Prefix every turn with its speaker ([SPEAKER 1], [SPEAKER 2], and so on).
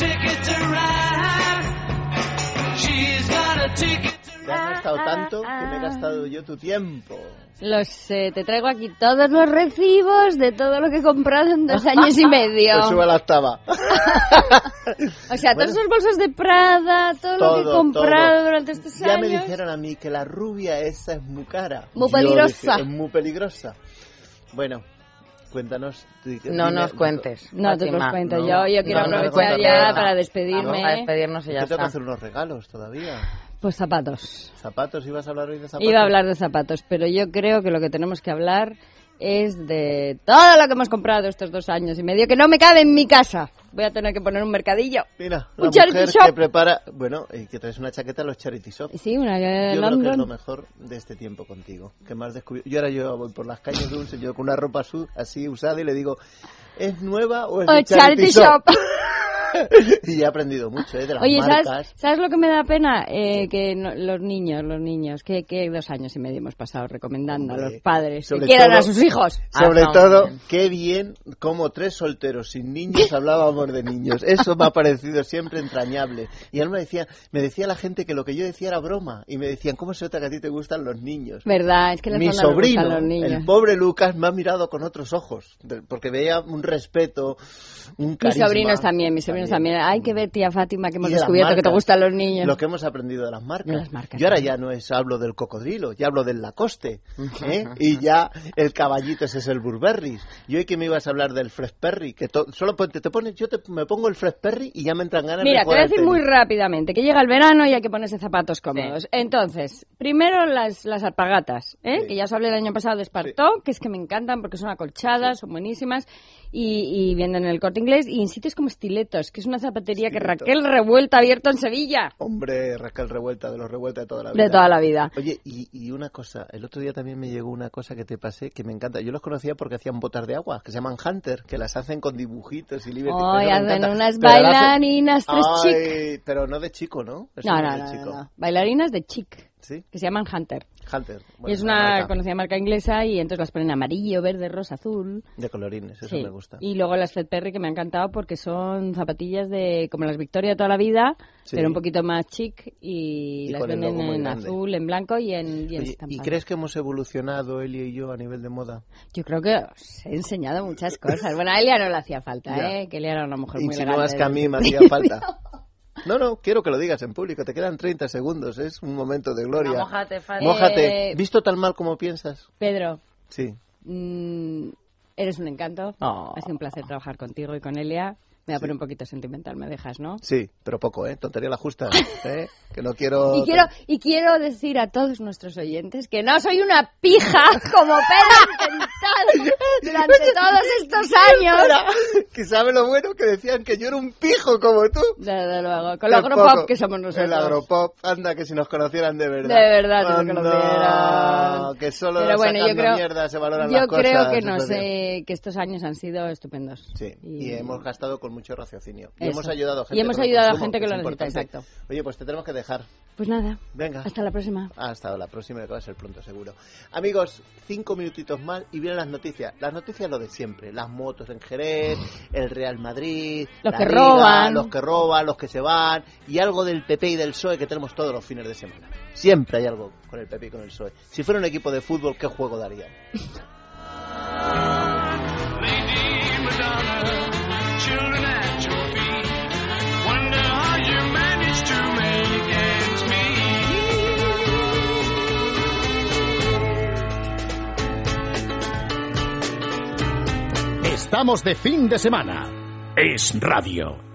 [SPEAKER 1] Ah,
[SPEAKER 2] gastado tanto que me he gastado yo tu tiempo.
[SPEAKER 1] Los sé, te traigo aquí todos los recibos de todo lo que he comprado en dos años y medio.
[SPEAKER 2] Pues sube la octava.
[SPEAKER 1] o sea, todos los bolsos de Prada, todo, lo que he
[SPEAKER 2] Todo,
[SPEAKER 1] comprado
[SPEAKER 2] todo.
[SPEAKER 1] durante estos
[SPEAKER 2] Ya me
[SPEAKER 1] años.
[SPEAKER 2] dijeron a mí que la rubia esa es muy cara.
[SPEAKER 1] Muy
[SPEAKER 2] Yo
[SPEAKER 1] peligrosa.
[SPEAKER 2] dije, es muy peligrosa. Bueno, cuéntanos. tú dices,
[SPEAKER 3] No
[SPEAKER 2] dime,
[SPEAKER 3] nos cuentes.
[SPEAKER 1] No, tú
[SPEAKER 3] Fátima.
[SPEAKER 1] nos cuentas.
[SPEAKER 2] No,
[SPEAKER 1] Yo, yo
[SPEAKER 2] no,
[SPEAKER 1] quiero
[SPEAKER 2] no, no,
[SPEAKER 1] aprovechar
[SPEAKER 2] no, no,
[SPEAKER 1] ya
[SPEAKER 2] no, no.
[SPEAKER 1] para
[SPEAKER 3] Vamos a
[SPEAKER 1] despedirme.
[SPEAKER 3] despedirnos y
[SPEAKER 2] Yo
[SPEAKER 3] ya
[SPEAKER 2] tengo que
[SPEAKER 3] está.
[SPEAKER 2] hacer unos regalos todavía.
[SPEAKER 1] Pues zapatos.
[SPEAKER 2] Zapatos, ibas a hablar hoy de zapatos.
[SPEAKER 1] Iba a hablar de zapatos, pero yo creo que lo que tenemos que hablar es de todo lo que hemos comprado estos dos años y medio, que no me cabe en mi casa. Voy a tener que poner un mercadillo.
[SPEAKER 2] Mira,
[SPEAKER 1] Un
[SPEAKER 2] la
[SPEAKER 1] charity
[SPEAKER 2] mujer
[SPEAKER 1] shop.
[SPEAKER 2] que prepara, bueno, y que traes una chaqueta a los charity shop.
[SPEAKER 1] Sí, una
[SPEAKER 2] Yo creo que es lo
[SPEAKER 1] Eh, London.
[SPEAKER 2] mejor de este tiempo contigo. Que más descubierto. Yo ahora yo voy por las calles de un señor con una ropa su- así usada y le digo, ¿es nueva o es
[SPEAKER 1] O
[SPEAKER 2] Pues de charity,
[SPEAKER 1] Oh, charity shop.
[SPEAKER 2] y he aprendido mucho, ¿eh? De las
[SPEAKER 1] Oye,
[SPEAKER 2] marcas.
[SPEAKER 1] ¿sabes, ¿sabes lo que me da pena? Eh, Que no- los niños, los niños, que, que dos años y medio hemos pasado recomendando a
[SPEAKER 2] Hombre,
[SPEAKER 1] los padres que
[SPEAKER 2] sobre
[SPEAKER 1] quieran
[SPEAKER 2] todo-
[SPEAKER 1] a sus hijos.
[SPEAKER 2] Sobre
[SPEAKER 3] Ah, no,
[SPEAKER 2] todo,
[SPEAKER 3] bien.
[SPEAKER 2] qué bien como tres solteros sin niños hablábamos de niños. Eso me ha parecido siempre entrañable. Y él me decía, me decía la gente que lo que yo decía era broma. Y me decían, ¿cómo se nota que a ti te gustan los niños?
[SPEAKER 1] ¿Verdad? Es que les
[SPEAKER 2] Mi
[SPEAKER 1] mandan los gustan
[SPEAKER 2] sobrino,
[SPEAKER 1] los niños.
[SPEAKER 2] el pobre Lucas, me ha mirado con otros ojos, de- porque veía un respeto, un
[SPEAKER 1] mis
[SPEAKER 2] carisma.
[SPEAKER 1] sobrinos también, mis sobrinos también. Hay que ver, tía Fátima, que hemos
[SPEAKER 2] Y de las
[SPEAKER 1] descubierto que te
[SPEAKER 2] marcas.
[SPEAKER 1] gustan los niños.
[SPEAKER 2] Lo que hemos aprendido de las marcas.
[SPEAKER 1] De las marcas,
[SPEAKER 2] Yo ahora
[SPEAKER 1] también.
[SPEAKER 2] ya no es hablo del cocodrilo, ya hablo del Lacoste. ¿eh? y ya el caballito ese es el Burberry. Y hoy que me ibas a hablar del Fresh Perry, que to- solo ponte, te pones, yo te, me pongo el Fresh Perry y ya me entran ganas
[SPEAKER 1] Mira,
[SPEAKER 2] de
[SPEAKER 1] te voy
[SPEAKER 2] jugar
[SPEAKER 1] a
[SPEAKER 2] al
[SPEAKER 1] decir
[SPEAKER 2] tenis.
[SPEAKER 1] muy rápidamente que llega el verano y hay que ponerse zapatos cómodos. Entonces, primero las, las alpargatas, ¿eh?
[SPEAKER 2] Sí.
[SPEAKER 1] que ya os hablé el año pasado de Espartó, que es que me encantan porque son acolchadas, son buenísimas y, y vienen en el corte inglés y en sitios como Estiletos, que es una zapatería
[SPEAKER 2] Estiletos.
[SPEAKER 1] que Raquel Revuelta ha abierto en Sevilla
[SPEAKER 2] Hombre, Raquel Revuelta, de los revueltas de toda la vida.
[SPEAKER 1] de toda la vida.
[SPEAKER 2] Oye, y, y una cosa, el otro día también me llegó una cosa que te pasé que me encanta. Yo los conocía porque hacían botas de agua, que se llaman Hunter, que las hacen con dibujitos y libres.
[SPEAKER 1] Hoy hacen unas bailarinas tres chic.
[SPEAKER 2] Pero no de chico, ¿no? Eso no
[SPEAKER 1] No, no,
[SPEAKER 2] es de
[SPEAKER 1] no, no,
[SPEAKER 2] chico.
[SPEAKER 1] no. bailarinas de chic,
[SPEAKER 2] ¿Sí?
[SPEAKER 1] que se llaman Hunter.
[SPEAKER 2] Hunter.
[SPEAKER 1] y
[SPEAKER 2] bueno,
[SPEAKER 1] es una
[SPEAKER 2] marca
[SPEAKER 1] conocida marca inglesa y entonces las ponen amarillo, verde, rosa, azul.
[SPEAKER 2] De colorines, eso
[SPEAKER 1] Sí.
[SPEAKER 2] me gusta.
[SPEAKER 1] Y luego las Fredperry que me ha encantado porque son zapatillas de como las Victoria de toda la vida,
[SPEAKER 2] Sí.
[SPEAKER 1] pero un poquito más chic y,
[SPEAKER 2] Y
[SPEAKER 1] las
[SPEAKER 2] con el
[SPEAKER 1] venden
[SPEAKER 2] logo muy
[SPEAKER 1] en
[SPEAKER 2] grande.
[SPEAKER 1] azul, en blanco y en, y en
[SPEAKER 2] Oye, ¿y
[SPEAKER 1] estampado.
[SPEAKER 2] crees que hemos evolucionado, Elio y yo, a nivel de moda?
[SPEAKER 1] Yo creo que os he enseñado muchas cosas. Bueno, a Elia no le hacía falta,
[SPEAKER 2] Ya.
[SPEAKER 1] ¿eh? que Elia era una mujer muy ¿eh?
[SPEAKER 2] Insinuas
[SPEAKER 1] elegante.
[SPEAKER 2] que a mí me hacía falta. No, no, quiero que lo digas en público. Te quedan 30 segundos, es un momento de gloria.
[SPEAKER 3] No, mójate, Fati.
[SPEAKER 2] Mójate.
[SPEAKER 1] Eh,
[SPEAKER 2] ¿Visto tan mal como piensas?
[SPEAKER 1] Pedro,
[SPEAKER 2] Sí.
[SPEAKER 1] mm, eres un encanto.
[SPEAKER 3] Oh.
[SPEAKER 1] Ha sido un placer trabajar contigo y con Elia. Me voy a poner un poquito sentimental, me dejas, ¿no?
[SPEAKER 2] Sí, pero poco, ¿eh? Tontería la justa, ¿eh? Que no quiero...
[SPEAKER 1] Y quiero, y quiero decir a todos nuestros oyentes que no soy una pija como Pedro Infantado durante todos estos años.
[SPEAKER 2] Espera, que sabe lo bueno que decían que yo era un pijo como tú.
[SPEAKER 1] Desde luego, con lo
[SPEAKER 2] Qué poco.
[SPEAKER 1] agropop que somos nosotros.
[SPEAKER 2] El agropop, anda, que si nos conocieran de verdad.
[SPEAKER 1] De verdad, si nos
[SPEAKER 2] Anda,
[SPEAKER 1] conocieran.
[SPEAKER 2] Que solo
[SPEAKER 1] Pero bueno, yo
[SPEAKER 2] sacando
[SPEAKER 1] creo,
[SPEAKER 2] mierda se valoran
[SPEAKER 1] yo
[SPEAKER 2] las cosas.
[SPEAKER 1] creo que
[SPEAKER 2] eso
[SPEAKER 1] no
[SPEAKER 2] es bien.
[SPEAKER 1] sé, que estos años han sido estupendos.
[SPEAKER 2] Sí, y, hemos gastado con mucho raciocinio. Y
[SPEAKER 1] Eso.
[SPEAKER 2] hemos ayudado a gente
[SPEAKER 1] Y hemos
[SPEAKER 2] con el
[SPEAKER 1] ayudado a
[SPEAKER 2] consumo,
[SPEAKER 1] gente que
[SPEAKER 2] es
[SPEAKER 1] lo necesita,
[SPEAKER 2] importante.
[SPEAKER 1] exacto.
[SPEAKER 2] Oye, pues te tenemos que dejar.
[SPEAKER 1] Pues nada,
[SPEAKER 2] Venga.
[SPEAKER 1] hasta la próxima.
[SPEAKER 2] Hasta la próxima, que va a ser pronto, seguro. Amigos, cinco minutitos más y vienen las noticias. Las noticias lo de siempre. Las motos en Jerez, el Real Madrid,
[SPEAKER 1] Los
[SPEAKER 2] la
[SPEAKER 1] que
[SPEAKER 2] Liga,
[SPEAKER 1] roban.
[SPEAKER 2] los que roban, los que se van y algo del PP y del PSOE E que tenemos todos los fines de semana. Siempre hay algo con el PP y con el PSOE. E. Si fuera un equipo de fútbol, ¿qué juego darían?
[SPEAKER 4] Lady Madonna, children at your feet. Wonder how you manage to make ends meet.
[SPEAKER 5] Estamos de fin de semana. Es radio.